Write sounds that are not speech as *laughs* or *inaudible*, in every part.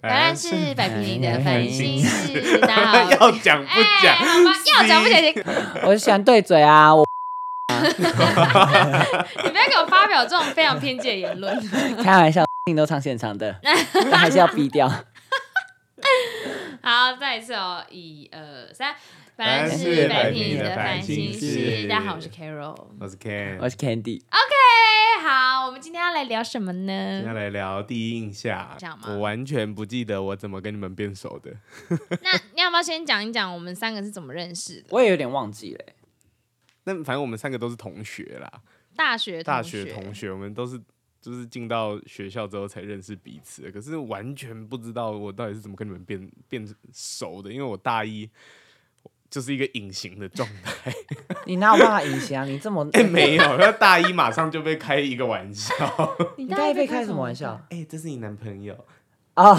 白哎兰氏百百平林灵的的繁繁星星氏，大家好， *laughs* 要讲不哎，讲，好吧，要讲不讲，你 *laughs* 我想对嘴啊，我你不要给我发表这种非常偏见的言论。开玩笑， *laughs* 都唱现场 *laughs* 的，但还是要避掉。好，再一次哦，一二三，白兰兰氏氏百百平平林林的的繁繁星星氏氏，大家好，我是 Carol。我是 Ken，我是 Candy， OK，好，我们今天要来聊什么今天呢？来聊第一印象这样，吗我完全不记得我怎么跟你们变熟的。那你要不要先讲一讲我们三个是怎么认识的？我也有点忘记了欸。那反正我们三个都是同学啦，大学大学学同学，我们都是就是进到学校之后才认识彼此的，可是完全不知道我到底是怎么跟你们变变熟的，因为我大一就是一个隐形的状 *laughs* 态，你哪有办法隐形啊？你这 *laughs* 么哎、没有，那大一马上就被开一个玩笑，你你大概一被开什么玩笑？？哎、这是你男朋友，哦，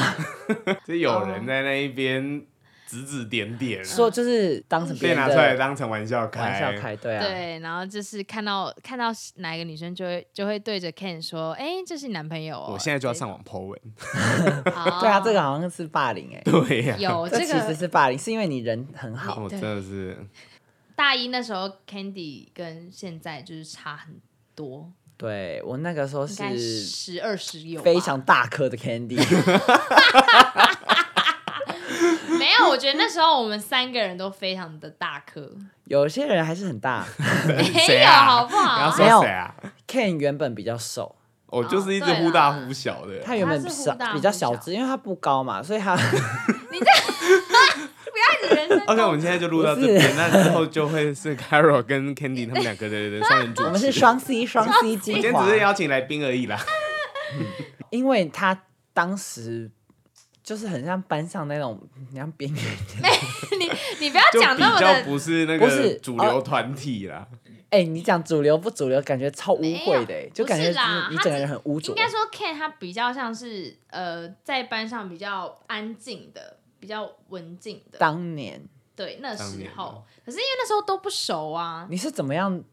就有嗯人在那一边指指点点，啊说就是当成被别人拿出来的当成玩笑玩开，笑开，对啊，对，然后就是看到看到哪一个女生就会就会对着 Ken 说：“哎、这是你男朋友、哦。”我现在就要上网 po 文， *laughs* 好。对啊，这个好像是霸凌哎，对呀、有这哦这其实个是霸凌，是因为你人很好，我真的是 *laughs* 大一那时候 Candy 跟现在就是差很多，对我那个时候应该是十二十有吧非常大颗的 Candy， *laughs* 没有。我觉得那时候我们三个人都非常的大颗，有些人还是很大。没谁有啊好不你要好？说没有谁啊？ Ken 原本比较瘦，我就是一直哦对啦忽大忽小的，他原本他是少忽大比较忽小小只，因为他不高嘛，所 *laughs* 以他不要你人生 OK，我都们现在就录到这边，那之后就会是 Carol 跟 Candy 他们两个的三人主持。我们是双 C 双 C 今精天华只，是邀请来宾而已啦。因为他当时就是很像班上那种很像边缘人。你不要就讲比那么较的，不是那不个是哦主流团体啦。哎、你讲主流不主流，感觉超污秽的、欸没有就感觉不是啦你他整个人很污浊应。该说 Ken 他比较像是呃在班上比较安静的，比较文静的。当年对，那当时年的候，可是因为那时候都不熟啊。你是怎么样？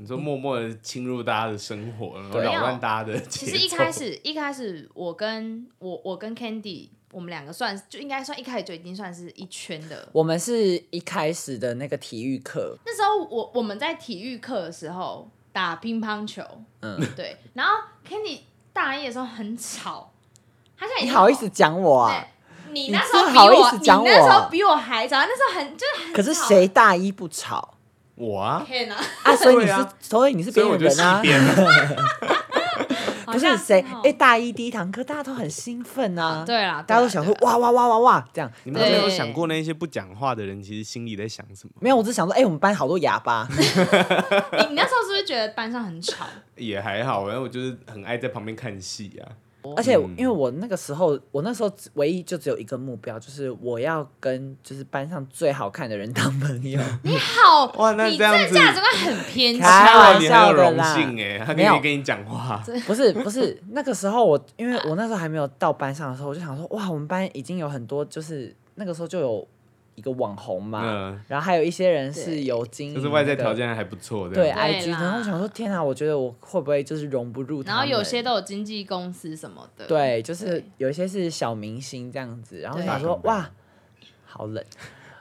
你说默默的侵入大家的生活，然后对扰乱大家的节其奏。实一开始，一开始我跟我我跟 Candy，我们两个算就应该算一开始就已经算是一圈的。我们是一开始的那个体育课，那时候我我们在体育课的时候打乒乓球，嗯，对，然后 Candy 大一的时候很吵，他现在已你经好意思讲我对啊？你你那时真候比好意我，思讲你那时候我比我还早，那时候很就是很啊可是吵谁大一不吵我啊， Ken *laughs* 啊？啊？所以你对是，啊所以你是所以边我缘就人洗啊？ *laughs* 边了。好不像是谁？哦哎、大一第一堂课大家都很兴奋啊，对啦，大家对都啦想对啊说啦哇哇哇哇哇这样。你们都没有对想过那些不讲话的人，其实心里在想什么？没有，我只想说，哎、我们班好多哑巴，你你那时候是不是觉得班上很吵？也还好，反正我就是很爱在旁边看戏啊。而且因为我那个时候，我那时候只唯一就只有一个目标，就是我要跟就是班上最好看的人 *laughs* 当朋友。好哇那你这样子价值观很偏激。开玩 Carol，你很笑有的荣啦幸哎，他可没有以跟你讲话。不是不是，那个时候我因为我那时候还没有到班上的时候，我就想说，哇，我们班已经有很多就是那个时候就有一个网红嘛，嗯然后还有一些人是对有经营就是外在那个条。件还不错，对对， IG，对啦然后我想说，天啊，我觉得我会不会就是融不入他然们？后有些都有经纪公司什么的。对，就是对有一些是小明星这样子，然后对想说大哇，好冷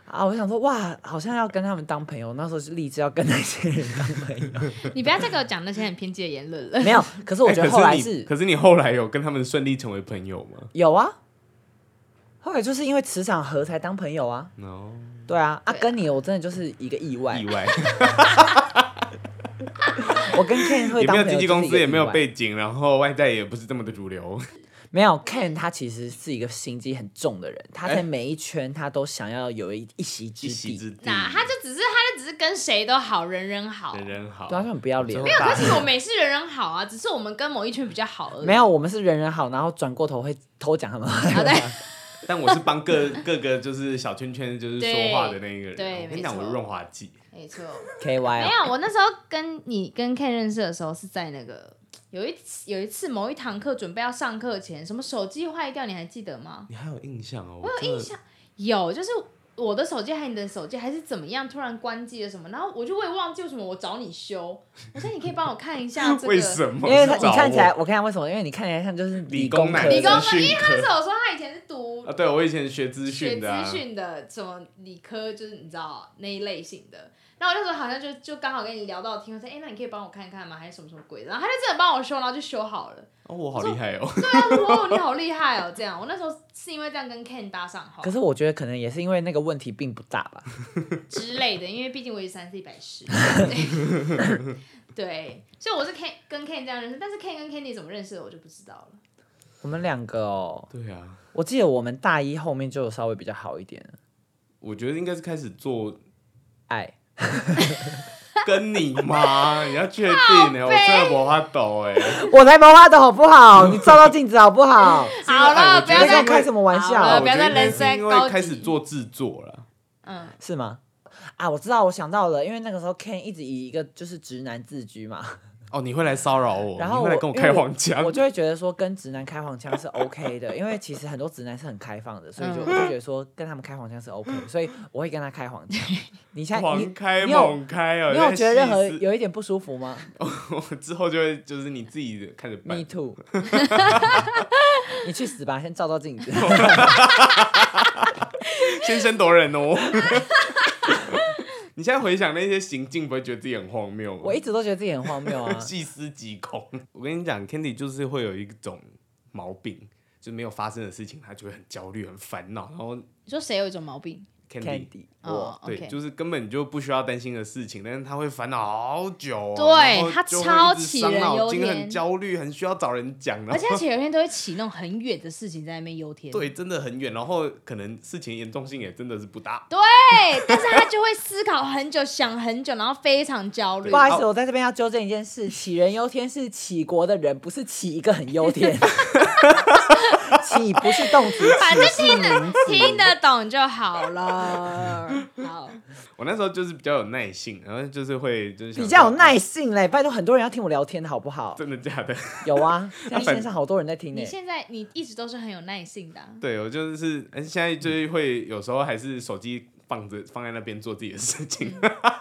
啊！我想说哇，好像要跟他们当朋友，那时候是立志要跟那些人当 *laughs* 朋友，你不要再给我讲那些很偏激的言 *laughs* 论了。没有。可是我觉哎得后来可你是可是你后来有跟他们顺利成为朋友吗？有啊，后来就是因为磁场合才当朋友啊，哦，对啊，啊对啊跟你我真的就是一个意外意，外，我跟 Ken 会也没当有朋经友，纪公司，也没有被背景，然后外在也不是这么的主 *laughs* 流。没有 Ken 他其实是一个心机很重的人，他哎在每一圈他都想要有一一席之一席地，之地，那他就只是他就只是跟谁都好，人人好。人人好，对啊，他很不要脸没。有可是我们也是人人好啊，只是我们跟某一圈比较好而已。没有，我们是人人好，然后转过头会偷讲他们坏好的，但我是帮各 *laughs* 各个就是小圈圈就是说话的那一个人。对我跟你讲，没我错是润滑剂，没错。 *laughs* K Y 没有，我那时候跟你跟 Ken 认识的时候是在那个有一次有一次某一堂课准备要上课前，什么手机坏掉，你还记得吗？你还有印象哦？我有印象有，就是我的手机还是你的手机还是怎么样，突然关机了什么，然后我就我也忘记为什么我找你修，我说你可以帮我看一下这个。 *laughs* 为什么？哦因为他找你看起来，我我看他为什么？因为你看起来像就是理工工科男的，理工科资讯他那时科候说他以前是读啊，对我以前学资学讯的、啊，资讯的什么理科，就是你知道那一类型的。然后我那时候好像就就刚好跟你聊到天，我说哎、那你可以帮我看看吗？还是什么什么鬼的？然后他就真的帮我修，然后就修好 *laughs* 了。哦，我好厉害哦！ *laughs* 对啊，我说哇你好厉害哦！这样，我那时候是因为这样跟 Ken 搭上号可是我觉得可能也是因为那个问题并不大吧。之类的，因为毕竟我也是三 C 百 *laughs* 十。对，所以我是 Ken 跟 Ken 这样认识，但是 Ken 跟 Candy 怎么认识的我就不知道了。我们两个哦，对啊，我记得我们大一后面就有稍微比较好一点了，我觉得应该是开始做爱跟你 *laughs* 妈，你要确定欸呢、我真的不怕抖哎、我才毛花的好不好？ *laughs* 你照照镜子好不好？这个好了，哎我 *laughs* 不觉得要你再在开什么玩笑好啊了我不要觉得再应该人是身因高为级。开始做制作了。嗯，是吗？啊，我知道，我想到了，因为那个时候 Ken 一直以一个就是直男自居嘛，哦，你会来骚扰我，然后你会来我跟我因开为黄腔我，就会觉得说跟直男开黄腔是 OK 的，因为其实很多直男是很开放的，所以就我就觉得说跟他们开黄腔是 OK，的所以我会跟他开黄腔。你现在你狂开你有猛开哦！你有在觉得任细何思有一点不舒服 *laughs* 吗 *laughs* 我之后就会就是你自己看着？Me 办。 too。你去死吧，先照照 *laughs* 镜子。先声夺人哦！ *laughs* 你现在回想那些行径，不会觉得自己很荒谬吗？我一直都觉得自己很荒谬 *laughs* 啊。细思极恐。我跟你讲，Candy 就是会有一种毛病，就没有发生的事情，他就会很焦虑、很烦恼。然后你说谁有一种毛病？ Candy， Candy，哦我对 OK 就是根本就不需要担心的事情，但是他会烦恼好久哦。对然后他就会超一直杞伤人脑忧筋，天很焦虑，很需要找人讲。然而后且他前天都会起那种很远的事情在那边忧天。对，真的很远，然后可能事情严重性也真的是不大。对，但是他就会思考很久，想很久，然后非常焦虑不。好意思，好我在这边要纠正一件事：杞人忧天是杞国的人，不是杞一个很忧 *laughs* 天。杞不是动 *laughs* 词，反正杞是听得名听词。得懂就好 *laughs* 了。好，我那时候就是比较有耐性，然后就是会就是想比较有说耐性嘞，拜托很多人要听我聊天的好不好？ *laughs* 真的假的？ *laughs* 有啊，现在线上好多人在听欸呢你。现在你一直都是很有耐性的啊、对我就是，嗯现在就是会有时候还是手机放着放在那边做自己的事情，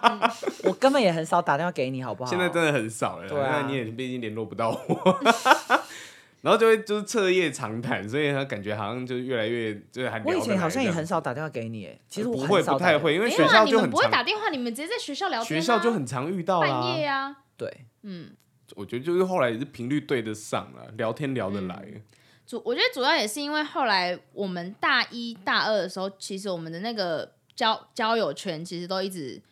嗯我根本也很少打电话给你，好不 *laughs* 好？现在真的很少了啦，对啊那你也毕竟联络不到我， *laughs* 然后就会就是彻夜长谈，所以他感觉好像就越来越就是还聊我以得前来好像也这样很少打电话给你耶，其实我不很会少不打电太话会，因为没学有啊，校你就们很不会常、打电话，你们直接在学校聊天、学啊。校就很常遇到啦、半夜啊，对，嗯，我觉得就是后来也是频率对得上了，聊天聊得来，嗯主我觉得主要也是因为后来我们大一大二的时候，其实我们的那个交交友圈其实都一直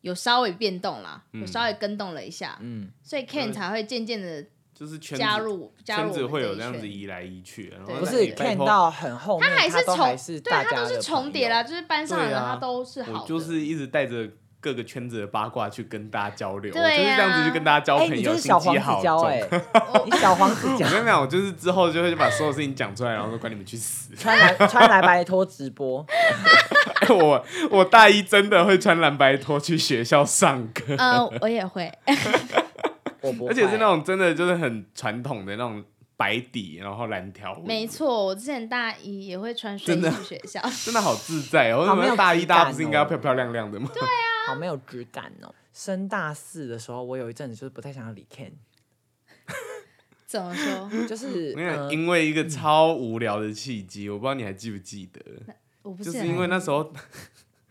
有稍微变动啦，嗯有稍微跟动了一下，嗯，所以 Ken 才会渐渐的就是圈子加入加入圈我子们会有一这样子圈移来移去，然后对不对是对拜看托到很后面，他还是都重还是对，大他家都是的重朋叠友啦，就是班上的人、对啊他都是好我的， *laughs* 就是一直带着各个圈子的八卦去跟大家交流，对我就是这样呀子去跟大家交啊哎、朋你友，就是心小黄机好子娇重 *laughs* 哎、我你小黄子娇我跟你讲，我就是之后就会把所有事情讲出来，然后说管你们去死。穿来穿来白拖直播， *laughs* 我我大一真的会穿蓝白拖去学校上课，嗯，我也 *laughs* 会，我不会，而且是那种真的就是很传统的那种白底，然后蓝条纹，没错，我之前大一也会穿睡衣真的去学 *laughs* 校，真的好自在哦。为好什没有么大一大家质感啊不是应该要漂漂亮亮的吗？好没有质感哦。升大四的时候，我有一阵子就是不太想要理 Ken，怎么说？就是我跟你讲嗯因为一个超无聊的契机，我不知道你还记不记得，我不就是是很因为那时候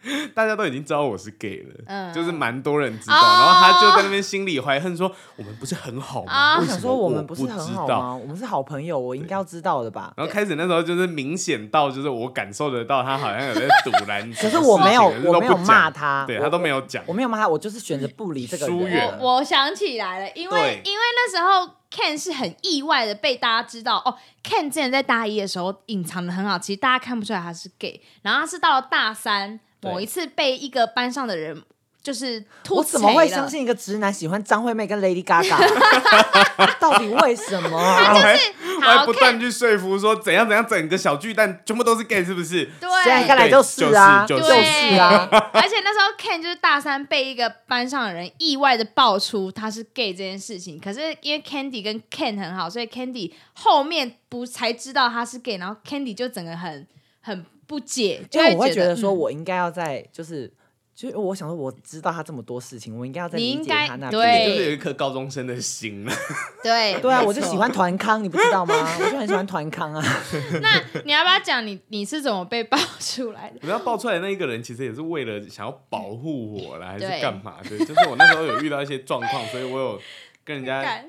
*laughs* 大家都已经知道我是 gay 了，嗯就是蛮多人知道，哦然后他就在那边心里怀恨说我们不是很好吗？啊我为想什说么我我们不是知很好道？吗？我们是好朋友，我应该要知道的吧？然后开始那时候就是明显到，就是我感受得到他好像有在堵拦什么事情，*laughs* 可是我没有，可是都我没有不讲骂，他，对我他都没有讲我。没有骂他，我就是选择不理这个疏远人。我我想起来了，因为对因为那时候 Ken 是很意外的被大家知道哦，Ken 之前在大一的时候隐藏的很好，其实大家看不出来他是 gay，然后他是到了大三对某一次被一个班上的人就是吐我槽怎了，么会相信一个直男喜欢张惠妹跟 Lady Gaga？*laughs* 到底为什么然后啊？还是还好不 Ken 断去说服说怎样怎样，整个小巨蛋全部都是 gay 是不是？现在对看。来就是啊，对就就是对，是啊。 *laughs* 而且那时候 Ken 就是大三被一个班上的人意外的爆出他是 gay 这件事情，可是因为 Candy 跟 Ken 很好，所以 Candy 后面不才知道他是 gay，然后 Candy 就整个很很不解，就因为我会会觉得嗯说，我应该要在就是。就是我想说，我知道他这么多事情，我应该要在你理应解该他那你对边。就是有一颗高中生的心啊了。对对啊，没我就错喜欢团康，你不知道 *laughs* 吗？我就很喜欢团康啊。 *laughs* 那你要不要讲你你是怎么被爆出来 *laughs* 的？我要爆出来的那一个人，其实也是为了想要保护我啦，还是嗯对干嘛的？ *laughs* 就是我那时候有遇到一些状况，所以我哎有跟人 *laughs* 家敢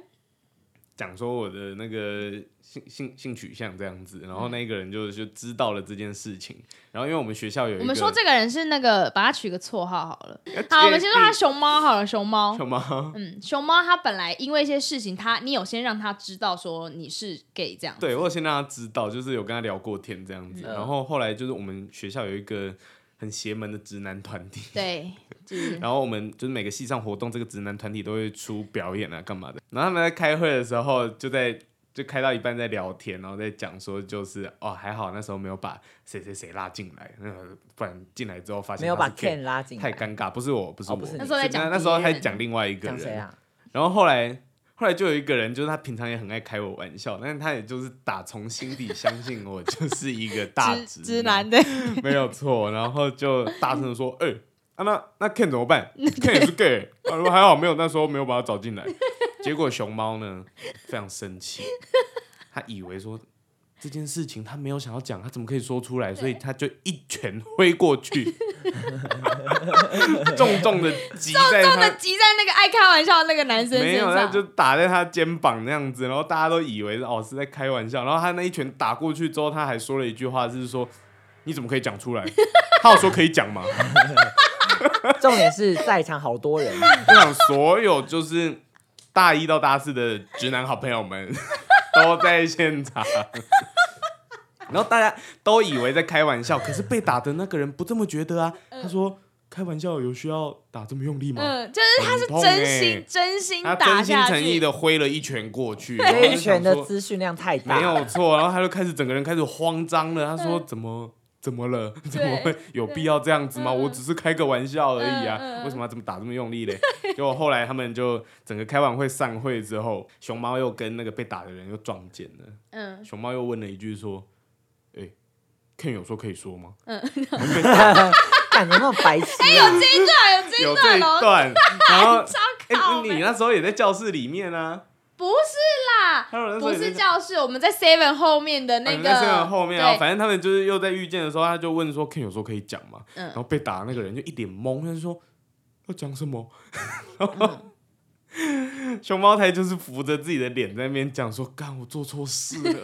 讲说我的那个性性性取向这样子，然后那一个人就就知道了这件事情，然后因为我们学校有一个，嗯我们说这个人是那个，把他取个绰号好了。好，哎我们先说他熊猫好了，熊猫。什么？嗯，熊猫它本来因为一些事情，它你有先让它知道说你是 gay 这 *laughs* 样，对我有先让他知道，就是有跟他聊过天这样子，嗯然后后来就是我们学校有一个很邪门的直男团体，对，就是然后我们就是每个系上活动，这个直男团体都会出表演啊，干嘛的。然后他们在开会的时候，就在就开到一半在聊天，然后在讲说，就是哦，还好那时候没有把谁谁谁拉进来，那个不然进来之后发现没有把他是 gay， Ken 拉进太来，尴尬，不是我，不是哦我，不是你那时候在讲那那时候别人还讲另外一个讲人，谁啊？然后后来后来就有一个人，就是他平常也很爱开我玩笑，但是他也就是打从心底相信我就是一个大直直直男，男的， *laughs* *laughs* 没有错。然后就大声的说：“哎、啊那那 Ken 怎么 *laughs* 办？Ken 也是 gay，啊我还好没有那时候没有把他找进来。”结果熊猫呢非常生气，他以为说。这件事情他没有想要讲，他怎么可以说出来？所以他就一拳挥过去， *laughs* 重重的击在重他的急在那个爱开玩笑的那个男生没身有，他上，就打在他肩膀那样子，然后大家都以为是哦是在开玩笑，然后他那一拳打过去之后，他还说了一句话，就是说你怎么可以讲出来？ *laughs* 他有说可以讲吗？重点是在场好多人， *laughs* 我想所有就是大一到大四的直男好朋友们 *laughs* 都在现场。然后大家都以为在开玩笑，可是被打的那个人不这么觉得啊。他说：“开玩笑有需要打这么用力吗？”嗯，就是他是很痛真欸心真心他打真心下诚意去，的挥了一拳过去，然后这就一拳的想说资讯量太大，没有错，然后他就开始整个人开始慌张了。他嗯说：“怎么怎么了？怎么会有必要这样子吗？嗯我只是开个玩笑而已嗯啊嗯，嗯为什么要这么打这么用力嘞？” *laughs* 结果后来他们就整个开完会散会之后，熊猫又跟那个被打的人又撞见了。嗯熊猫又问了一句说：“哎、Ken 有说可以说吗感觉那么白痴 *laughs* 啊。哎这一段有？”这有一这段哦一喽，段，然 *laughs* 后哎、靠你北那时候也在教室里面啊？不是啦，他说那时候不也在是教室，我们在 Seven 后面的那啊你个在 seven 后面啊，对反正他们就是又在遇见的时候，他就问说 Ken 有时候可以讲嘛，嗯然后被打的那个人就一脸懵，他就说要 *laughs* 讲什么，然后、熊猫台就是扶着自己的脸在那边讲说，干我做错事 *laughs* 了，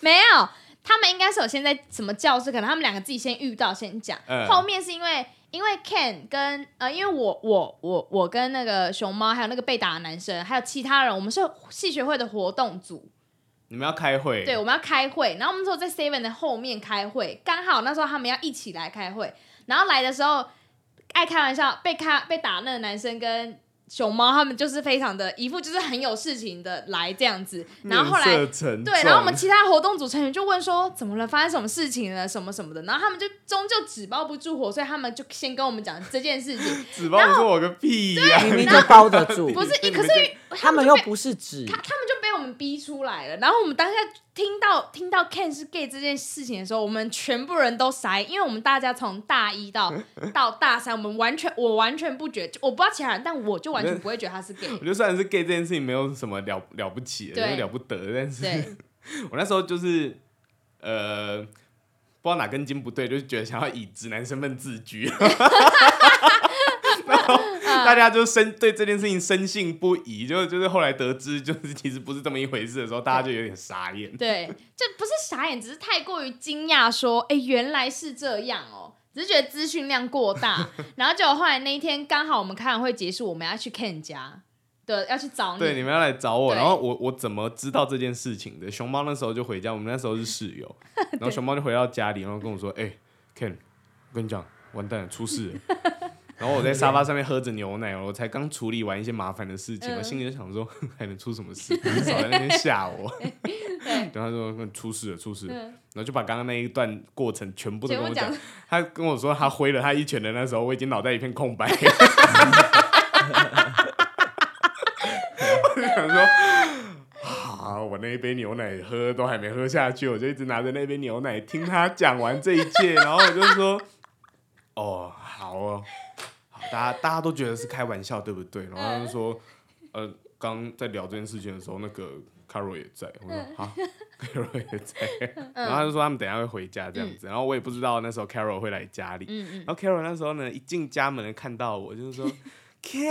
没有，他们应该是有先在什么教室，可能他们两个自己先遇到先讲，嗯后面是因为因为 Ken 跟呃，因为我我我我跟那个熊猫，还有那个被打的男生，还有其他人，我们是戏学会的活动组，你们要开会，对，我们要开会，然后我们说在 Seven 的后面开会，刚好那时候他们要一起来开会，然后来的时候爱开玩笑，被开被打那个男生跟。熊猫他们就是非常的一副就是很有事情的来这样子，然后后来面色沉重对，然后我们其他活动组成员就问说怎么了，发生什么事情了，什么什么的，然后他们就终究纸包不住火，所以他们就先跟我们讲这件 *laughs* 事情，纸包不是我个屁呀、啊明明就包得住，不是哎对，你可们是他们就又被不是纸，他他们就被我们逼出来了，然后我们当下听到听到 Ken 是 gay 这件事情的时候，我们全部人都傻眼，因为我们大家从大一到到大三，我们完全我完全不觉得，我不知道其他人，但我就完全不会觉得他是 gay，我觉得虽然是 gay 这件事情没有什么了了不起的，对没有了不得的，但是对， *laughs* 我那时候就是呃，不知道哪根筋不对，就是觉得想要以直男身份自居，然后大家就深对这件事情深信不疑，就就是后来得知就是其实不是这么一回事的时候，大家就有点傻眼。对，就不是傻眼，只是太过于惊讶，说，哎、原来是这样哦、只是觉得资讯量过大，然后结果后来那一天刚好我们开完会结束，我们要去 Ken 家，对，要去找对，你们要来找我，对然后我我怎么知道这件事情的？熊猫那时候就回家，我们那时候是室 *laughs* 友，然后熊猫就回到家里，然后跟我说：“哎、k e n 我跟你讲，完蛋了，出事了。” *laughs* 然后我在沙发上面喝着牛奶，我才刚处理完一些麻烦的事情，嗯我心里就想说，哼还能出什么事？你少在那边吓我。然后他说嗯出事了，出事了，嗯然后就把刚刚那一段过程全部都全跟我部讲讲。他跟我说他挥了他一拳的那时候，我已经脑袋一片空白。我就想说，啊，我那那一杯牛奶喝都还没喝下去，我就一直拿着那杯牛奶听他讲完这一切，然后我就说，哦，好哦，好，大家大家都觉得是开玩笑，对不对？然后他就说，呃，刚在聊这件事情的时候，那个 Caro 也在，我说好，Caro 也在，然后他就说他们等一下会回家这样子，然后我也不知道那时候 Caro 会来家里，嗯嗯，然后 Carol 那时候呢，一进家门看到我，就是说 *laughs* Ken，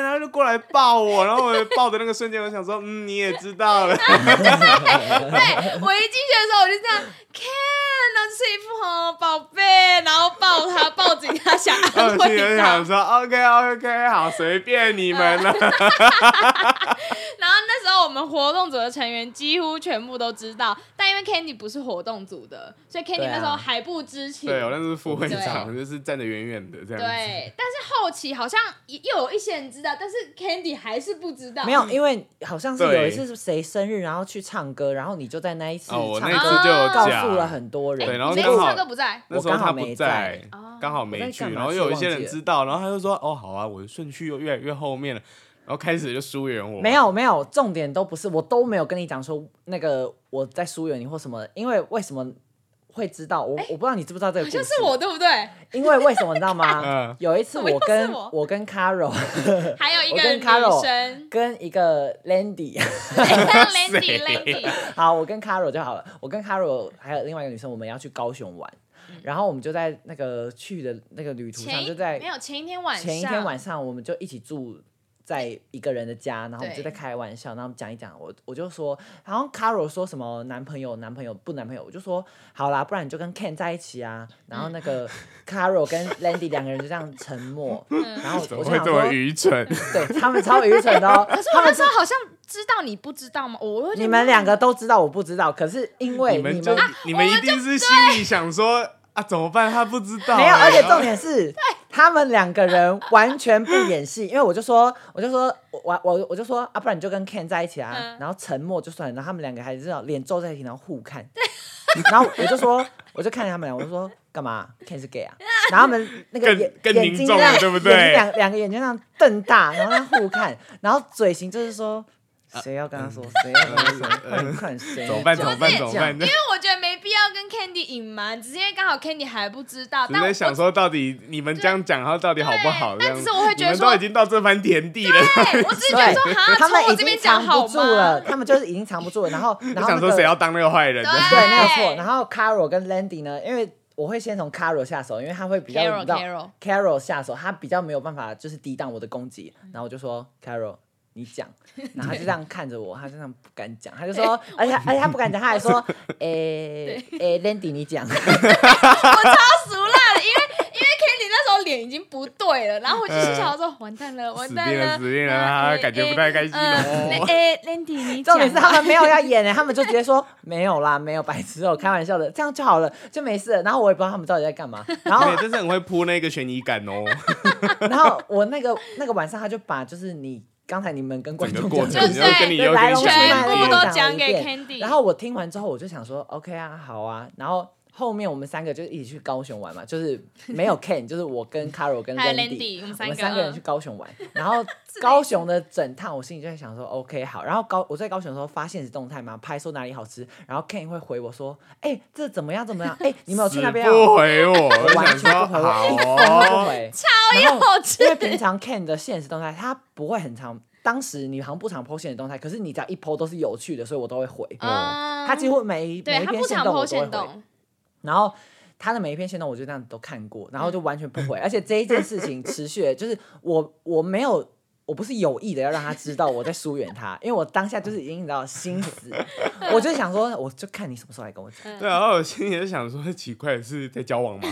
然后就过来抱我，然后我抱的那个瞬间，我想说，嗯，你也知道了，对我一进去的时候我就这样看，然后就是一副哦宝贝，然后抱他抱紧他，想然后 *laughs* 安我心里就慰他想。说，OK OK，好，随便你们了。然后那时候我们活动组的成员几乎全部都知道，但因为 Candy 不是活动组的，所以 Candy 对啊那时候还不知情。对，我那是副会长，就是站得远远的这样子。对但是后期好像也又有一些人知道，但是 Candy 还是不知道。没有，因为好像是对有一次是谁生日，然后去唱歌，然后你就在那一次哦，我唱那歌一次就有告讲诉了很多人，对然后那刚次好唱歌不在，那时候他不我刚好没在刚好我没在去，干嘛然后又有一些去人忘记知道，然后他就说，哦，好啊，我的顺序又越来越后面了，然后开始就疏远我。没，有没有，重点都不是，我都没有跟你讲说那个我在疏远你或什么，因为为什么会知道我、我不知道你知不知道这个哎好故像事，是我对不对？因为为什么你知道 *laughs* 嗯吗？有一次怎么又我是跟我我跟 Caro *laughs* 还有一我个跟女 *laughs* Carol 生跟一个 *laughs* Landy， *laughs*，Landy Landy，好，我跟 Caro 就好了。我跟 Caro 还有另外一个女生，我们要去高雄玩，然后我们就在那个去的那个旅途嗯上，前一就在没有前一天晚上，前一天晚上，我们就一起住在一个人的家，然后我们就在开玩笑，然后我们讲一讲，我我就说，然后 Caro 说什么男朋友男朋友不男朋友，我就说好啦，不然你就跟 Ken 在一起啊。然后 *laughs* 那个 Caro 跟 Landy 两个人就这样沉默，嗯然后怎啊么我就会想这说么，愚蠢？ *laughs* 对他们超愚蠢的哦， *laughs* 可是我他那们时候好像知道你不知道吗？我有点你们两个都知道我不知道，可是因为你们你就们你啊们一定是心里想说啊，怎么办？他不知道欸。没有，而且然后重点是，他们两个人完全不演戏，因为我就说，我就说，我我我我就说啊，不然你就跟 Ken 在一起啊，嗯然后沉默就算了，然后他们两个还是那种脸皱在一起，然后互看，然后我就说，我就看着他们俩，我就说干嘛？Ken 是 gay 啊？然后他们那个更眼更眼睛凝重这了样，对不对眼睛两两个眼睛这样瞪大，然后他互看，然后嘴型就是说。谁要跟他说？谁要跟他说？快点快点谁啊嗯怎么办？怎么办？这怎样么办？因为我觉得没必要跟 Candy 隐瞒，只是因为刚好 Candy 还不知道。只但是我在想说，到底你们这样讲，然后到底好不好？对这样但只是我会觉得你们说都已经到这番田地了，对啊我只是觉得说，哈，他从们我这已经边讲藏好不住了，吗？他们就是已经藏不住了。然后， *laughs* 然我后、那想个、说谁要当那个坏人呢？对啊对，没有哎错。然后 Caro 跟 Landy 呢，因为我会先从 Caro 下手，因为他会比较 Carol，你知道 Carol Carol 下手，他比较没有办法就是抵挡我的攻击。然后我就说 Caro。你讲，然后他就这样看着我，他就这样不敢讲，他就说，而且而且他不敢讲，他 *laughs* 还说，诶诶，Landy 你讲，熟烂了，因为因为 Candy 那时候脸已经不对了，然后我就心想说，完蛋了，完死蛋定了，嗯死定了，他感觉不太开心 *laughs* 嗯，哦。哎，Landy，你讲重点是啊。他们没有要演欸，他们就直接说没有啦，没有白痴哦，开玩笑的，这样就好了，就没事了。然后我也不知道他们到底在干嘛，然后对，真是很会铺那个悬疑感哦，然后我那个那个晚上，他就把就是你刚才你们跟观整个众过讲程的就是你要跟你又来跟龙去你全脉部都都讲讲一给遍 Candy 然后我听完之后，我就想说，OK 啊，好啊。然后后面我们三个就一起去高雄玩嘛，就是没有 Ken，就是我跟 Caro 跟还有 Landy。 Landy，我们我三们个，嗯三个 *laughs* 人去高雄玩，然后高雄的整趟，我心里就在想说，OK 好。然后高我在高雄的时候发现实动态嘛，拍说哪里好吃，然后 Ken 会回我说，哎、这怎么样怎么样？哎、你们有去死那边、不哦？回我，我完想全说不回我，好一分都不哦，回。 *laughs* 超然后幼稚因为平常 Ken 的现实动态，他不会很长，当时你好像不常 po 现实动态，可是你只要一 po 都是有趣的，所以我都会回。嗯哦他几乎每一每对一他篇不线常动我 Po 都会线回，动，然后。他的每一篇线动，我就这样都看过，然后就完全不回，而且这一件事情持续了，就是我我没有，我不是有意的要让他知道我在疏远他，因为我当下就是已经你知道 *laughs* 心死，我就想说，我就看你什么时候来跟我讲，嗯对啊，然后我心里就想说，奇怪是在交 *laughs* 往吗？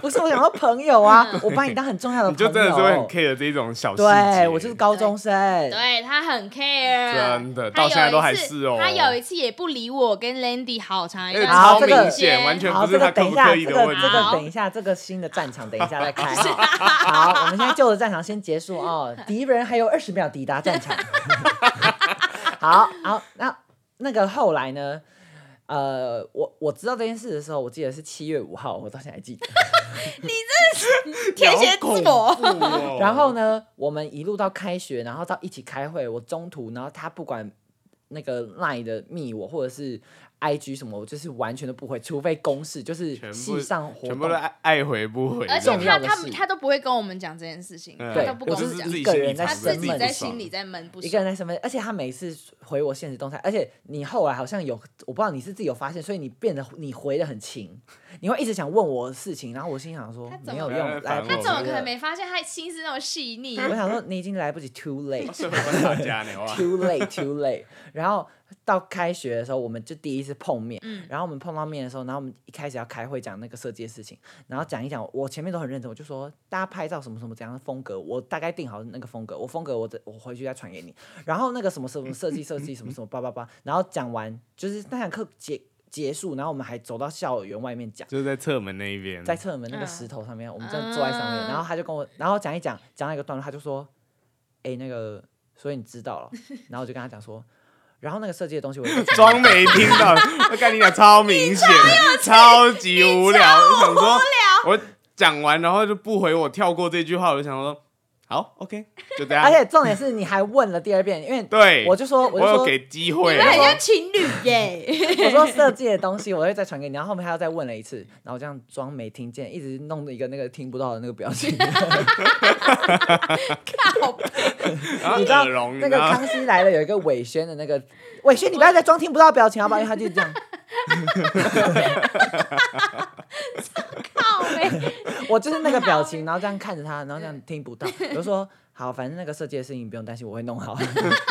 不是我想说朋友 *laughs* 啊，我把你当很重要的你朋友，就真的是会很 care 这种小细节，对我就是高中生，对他很 care，真的他有到现在都还一次是哦他有一次也不理我跟 Landy 好长一因为段好超这时个明间显，完 *laughs* 全好，不是这他个刻等一不下，刻这意个的这问题。个好等一下，这个新的战场等一下再开。好，我们现在旧的战场先结束哦，敌人还有二十秒抵达战场。 *laughs* 好，好，那那个后来呢？呃，我我知道这件事的时候，我记得是七月五号，我到现在还记得。 *laughs* 天蝎座，座 *laughs* 然后呢，我们一路到开学，然后到一起开会，我中途，然后他不管那个 Line 的密我，或者是 IG 什么，我就是完全都不回，除非公事，就是全部系上活全部动都。爱爱回不回这而样且子，重他要的他事他都不会跟我们讲这件事情，嗯他都不跟对我我就们是讲自，己一个人在他心自里己闷在心里在闷不一个爽。人在身边，而且他每次回我现实动态，而且你后来好像有，我不知道你是自己有发现，所以你变得你回的很勤，你会一直想问我事情，然后我心想说他怎么没有可能用，来不及他烦我怎么可能了没发现他心思那么细 *laughs* 腻？我想说你已经来不及，too 哦 late。社会观察家呢？哇， *laughs* too late too late。然后到开学的时候，我们就第一次碰面，然后我们碰到面的时候，然后我们一开始要开会讲那个设计的事情，然后讲一讲，我前面都很认真，我就说大家拍照什么什么怎样的风格，我大概定好那个风格，我风格我再我回去再传给你，然后那个什么什么设计设计什么什么叭叭叭，然后讲完就是那堂课结结束，然后我们还走到校园外面讲。就是在侧门那一边，在侧门那个石头上面，我们真的坐在上面，然后他就跟我，然后讲一讲，讲到一个段落，他就说：“哎、那个，所以你知道了。”然后我就跟他讲说，然后那个设计的东西我也在传 *laughs* 装没听到，我跟你讲超明显，超级无聊，我想说我讲完然后就不回我，跳过这句话，我就想说好，OK，就这样而。且重点是你还问了第二遍，因为对，我就说，我我就有说，给机你会们，很像情侣 *laughs* 耶！我说设计的东西我会再传给你，然后后面他又再问了一次，然后我这样装没听见，一直弄了一个那个听不到的那个表情。靠北，然后你知道耳聋，那个然后康熙来了有一个伟轩的那个伟轩，你不要再装听不到的表情好不好？因为他就这样，靠北，我就是那个表情，然后这样看着他，然后这样听不到，我就说好，反正那个设计的事情你不用担心，我会弄好。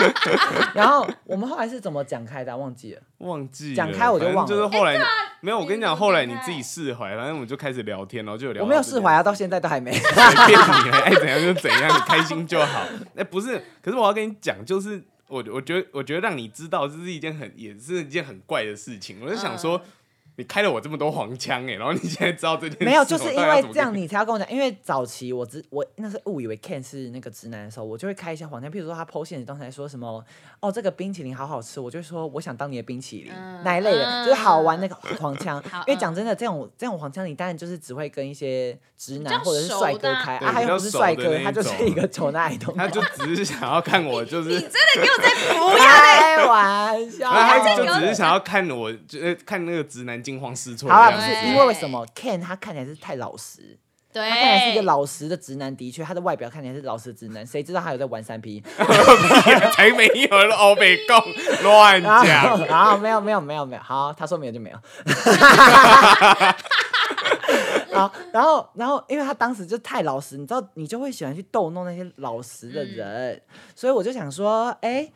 *laughs* 然后我们后来是怎么讲开的啊、忘记了。忘记了讲开我就忘了反正就是后来你没有，我跟你你讲，怎么后来讲你开自己释怀，反正我们就开始聊天，然后就有聊。我没有释怀啊，，到现在都还没。 *laughs* 随便你了，爱怎样就怎样，你开心就好。哎，不是，可是我要跟你讲，就是我我觉得我觉得让你知道，这是一件很也是一件很怪的事情。我就想说，嗯你开了我这么多黄腔哎，然后你现在知道这件事，没有，就是因我到底哦要为怎么这样跟你。你才要跟我讲。因为早期我只我那是误以为 Ken 是那个直男的时候，我就会开一些黄腔，譬如说他剖现实刚才说什么哦这个冰淇淋好好吃，我就会说我想当你的冰淇淋、嗯那一类的，嗯就是好玩那个黄腔好。嗯因为讲真的，这种这种黄腔你当然就是只会跟一些直比男较或者是帅熟哥的啊开，对啊他比又较不是熟帅的哥，那他一就是种一个丑男矮冬瓜，他就只是想要看我，就你是真的给我再不要！开玩笑， *laughs* 他他就这个只是想要看我，就是看那个直男惊慌失措的好了，样子。不是对因为为什么 Ken 他看起来是太老实，他看起来是一个对，老实的直男，的确，他的外表看起来是老实的直男，谁知道他有在玩三 P？才没有欧北 *laughs* 共乱然讲后，。然后啊没有，没有，没有，没有，好，他说没有就没有。 *laughs* 好，然后，然后，因为他当时就太老实，你知道，你就会喜欢去逗弄那些老实的人，所以我就想说，哎，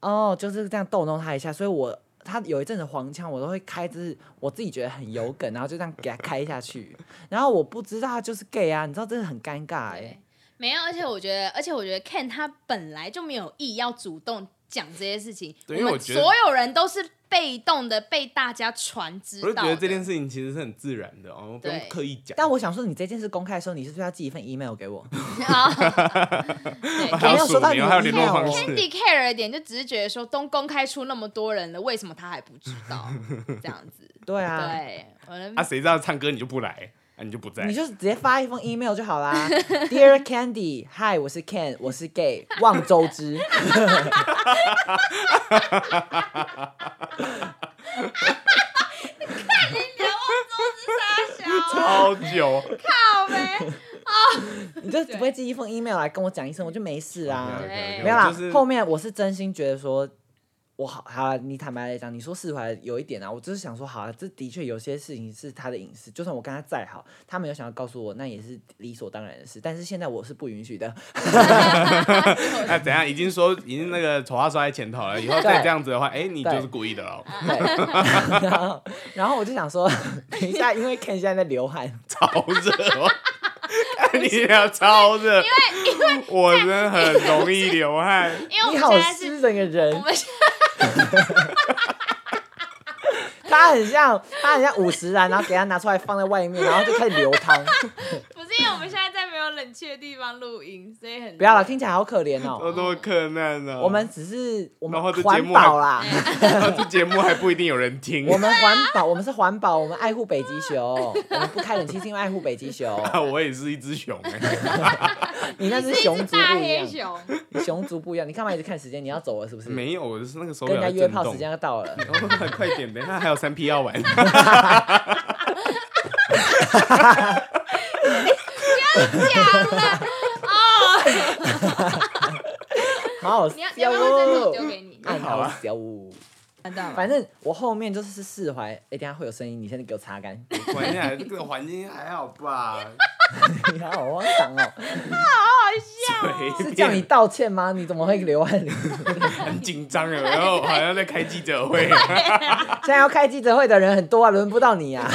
哦，就是这样逗弄他一下，所以我。他有一阵子黄腔，我都会开，就是我自己觉得很有梗，然后就这样给他开下去。然后我不知道他就是 gay 啊，你知道真的很尴尬哎、对没有，而且我觉得，而且我觉得 Ken 他本来就没有意要主动讲这些事情，对因为我我们觉得所有人都是被动的被大家传知我就道觉的。得这件 *laughs* 事情其实是很自然的哦，不用对刻意讲。但我想说，你这件事公开的时候，你是不是要寄一份 email 给我？ *laughs* 啊，我对还没要有署收到你名，的还有联络 email 方哦式。 Candy care 的点就只是觉得说，都公开出那么多人了，为什么他还不知道？这样子，对 *laughs* 啊，对，我能啊，谁知道唱歌你就不来，啊，你就不在你。就直接发一封 email 就好啦。Dear Candy，Hi，我是 Ken，我是 gay，望周知。周知傻小超久，靠呗。你就只会寄一封 email 来跟我讲一声，我就没事啊。对没有啦就是，后面我是真心觉得说。我好好啦，你坦白来讲，你说释怀有一点啊，我就是想说，好啊，这的确有些事情是他的隐私，就算我跟他再好，他没有想要告诉我，那也是理所当然的事。但是现在我是不允许的，那啊怎样？已经说已经那个丑话说在前头了，以后再对这样子的话，哎，你对就是故意的哦，对，然后然后我就想说， *laughs* 等一下，因为 Ken 现在在流汗，超热 *laughs* 哦。看你俩超热，我真的很容易流汗。因为我你们好现在是，湿整个我人，们现他很像 *laughs* 他很像五十岚，然后给他拿出来放在外面，然后就开始流汤。在不是因为我们现在在没有冷去的地方录音，所以很不要了，听起来好 *laughs* 可怜多哦。多克难啊！ *laughs* 我们只是我们然后这节环目啊保 *laughs* 啦，然 *laughs* 后这节目还不一定有人听我们环保，我们是环保，我们爱护北极 *laughs* 熊，我们不开冷气是因为爱护北极熊。 *laughs* 啊！我也是一只熊 *laughs* 哎，你那是只一熊只族大不一黑样，熊，你熊族不一样。你干嘛一直看时间？你要走了是不是？没有，我就是那个手跟表人在家约震炮时动。间要到了。 *laughs* 快点，等一下还有三 P *laughs* 要玩。好你要要不要我再弄笑丢哦给你？暗好号啊小五，看到了，反正我后面就是是释怀。哎、等一下会有声音，你现在给我擦干。 *laughs* 玩下来这个环境还好吧？你好荒唐哦！对， *laughs* 是叫你道歉吗？你怎么会流汗？很紧张了，然后好像在开记者会。 *laughs* 现在要开记者会的人很多啊，轮不到你啊。 *laughs*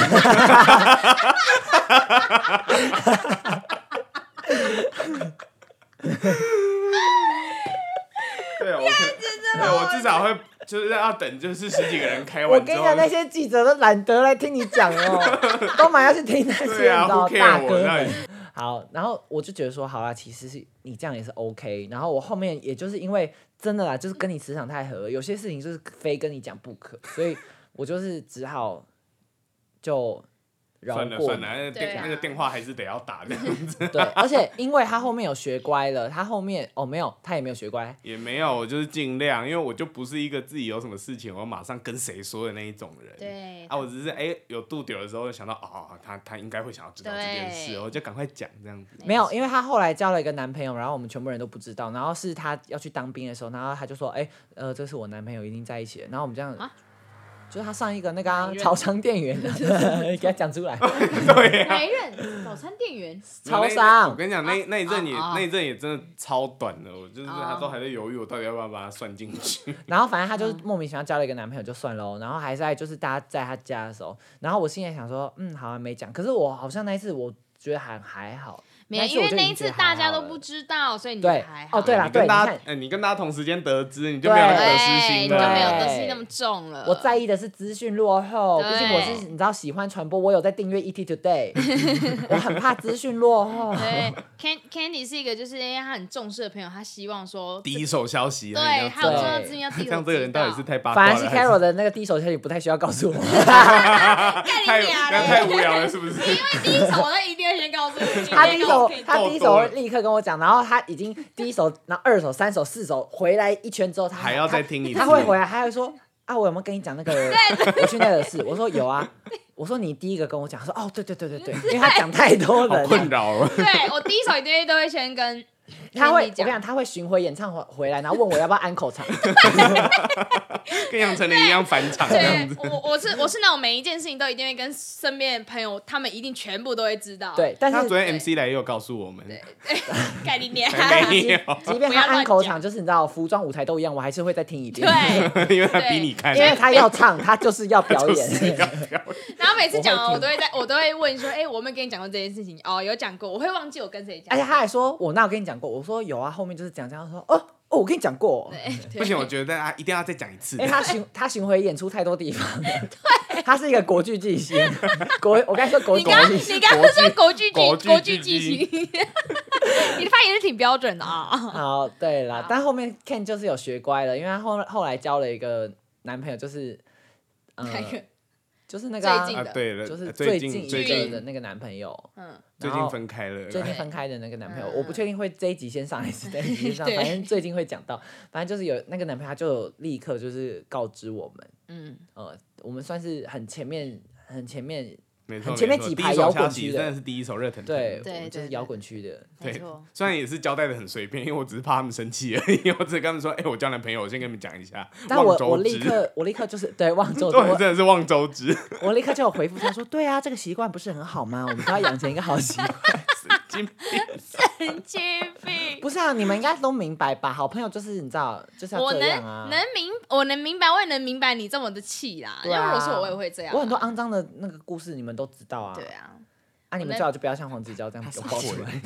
对啊，我可对我至少会就是要等，就是十几个人开哦我完之跟你后，讲，那些记者都懒得来听你讲哦， *laughs* 都蛮要去听那对些、啊你知道，who care 哦大我哥那们你。好，然后我就觉得说，好啦，其实是你这样也是 OK。然后我后面也就是因为真的啦，就是跟你磁场太合，有些事情就是非跟你讲不可，所以我就是只好就饶算了过算你了，。那个对电啊那个电话还是得要打的， *laughs* 对，而且因为他后面有学乖了，他后面哦没有，他也没有学乖。也没有，我就是尽量，因为我就不是一个自己有什么事情我马上跟谁说的那一种人。。对啊，我只是哎、有度丢的时候想到哦，他他应该会想要知道这件事，对我就赶快讲这 *laughs* 样子。没有，因为她后来交了一个男朋友，然后我们全部人都不知道。然后是她要去当兵的时候，然后她就说：“哎、呃，这是我男朋友，已经在一起了。”然后我们这样，啊就是她上一个那个、啊男、人超商店员的， *laughs* 给她讲出 *laughs* 来，对啊，哪一任早餐店员？超那我商。跟你讲，那那一阵也啊啊啊那一阵也真的超短的，我就是哦啊他都还在犹豫，我到底要不要把它算进去。然后反正她就是莫名其妙交了一个男朋友就算喽，然后还在就是大家在她家的时候，然后我心里想说：“嗯，好像没讲。”可是我好像那一次我觉得还还好，没有，那一次因我为就那已一经觉次得大还家好都了不知道，所以你对就还好。哦对啦你跟大你家看，哎，你跟大家同时间得知，你就对没有那对，个得失你心就没有了。得失心那么重了。我在意的是资讯落后，毕竟我对是你知道喜欢传播，我有在订阅 ET *laughs* Today，我很怕资讯落 *laughs* 后。啊对，Can Candy 是一个，就是因为他很重视的朋友，他希望 *laughs* 说，第一手消息，然后对，你他这有知重道要对资讯要第一样像这个人到底是太八卦了反而是还是， Carol 的那个第一手消息不太需要告 *laughs* 诉我，干太你娘太太嘞！无聊了，是不是？第一手啊我一定会先告诉你， *laughs* 他第一手他第一够手多会了立刻跟我讲，然后他已经第一手，然后二手、三手、四手回来一圈之后，他还要再听一次。他会回来，他会说啊，我有没有跟你讲那个我去那个事？我说有啊， *laughs* 我说你第一个跟我讲，他说哦，对对对对对，因为他讲太多好人困了，扰哦。对我第一手一定都会先跟他会 Candy 我跟你讲，讲，他会巡回演唱会回来，然后问我要不要安口 *laughs* 场。跟杨丞琳一样返啊场这样对子。我我是我是那种每一件事情都一定会跟身边的朋友，他们一定全部都会知道。， *laughs* 对，但他是昨天对 MC 来也有告诉我们，*laughs* 干你娘！没 *laughs* 即有即便不要他乱安口讲场，就是你知道服装舞台都一样，我还是会再听一遍， *laughs* 对，因为他比你看因。为他要唱，他就是要表 *laughs* 就演。是要 *laughs* 表演然后每次讲完，我我会听都会在，我都会问说，哎、我有没有跟你讲过这件事情？哦，有讲过，我会忘记我跟谁讲。而且哎他还说，我那我跟你讲过，我说有啊，后面就是讲这样，他说哦哦，我跟你讲过，哎对，不行，我觉得大家一定要再讲一次因为。*laughs* 他巡他巡回演出太多地方，他是一个国剧巨星， *laughs* 国我刚才说国你国刚刚力你刚刚说国剧国剧剧国剧巨巨星星， *laughs* 你的发言是挺标准的啊。好，对啦好，但后面 Ken 就是有学乖了，因为他后后来交了一个男朋友，就是呃，嗯 *laughs* 哪个就是那个啊、最近啊，对了，就是最近近一最个近的那个男朋友。嗯，最然近后分开了，最近分开的那个男朋友，嗯我不确定会这一集先上还是这一集先上， *laughs* 对反正最近会讲到。反正就是有那个男朋友，他就有立刻就是告知我们，嗯，呃，我们算是很前面、很前面，没错，很前面没错几第排一手摇滚消息区的真的是第一手热腾腾。对，对我们就对是对摇滚区的。没对错，，虽然也是交代的很随便，因为我只是怕他们生气而已， *laughs* 我只是跟他们说，哎，我交男朋友，我先跟你们讲一下。但望我我周立知， *laughs* 刻我立刻就是对望周知，对，真我的是望周知，我立刻就有回复他说，对啊，这个习惯不是很好吗？我们都要养成一个好习惯。 *laughs* 神经神经病。不是啊，你们应该都明白吧？好朋友就是你知道，就是要我这能样啊。能明，我能明白，我也能明白你这么的气啦。因对为啊如果是我，我也会这样。我很多肮脏的那个故事，你们都知道啊。对啊，啊，你我们能最好就不要像黄子佼这样拥抱出来。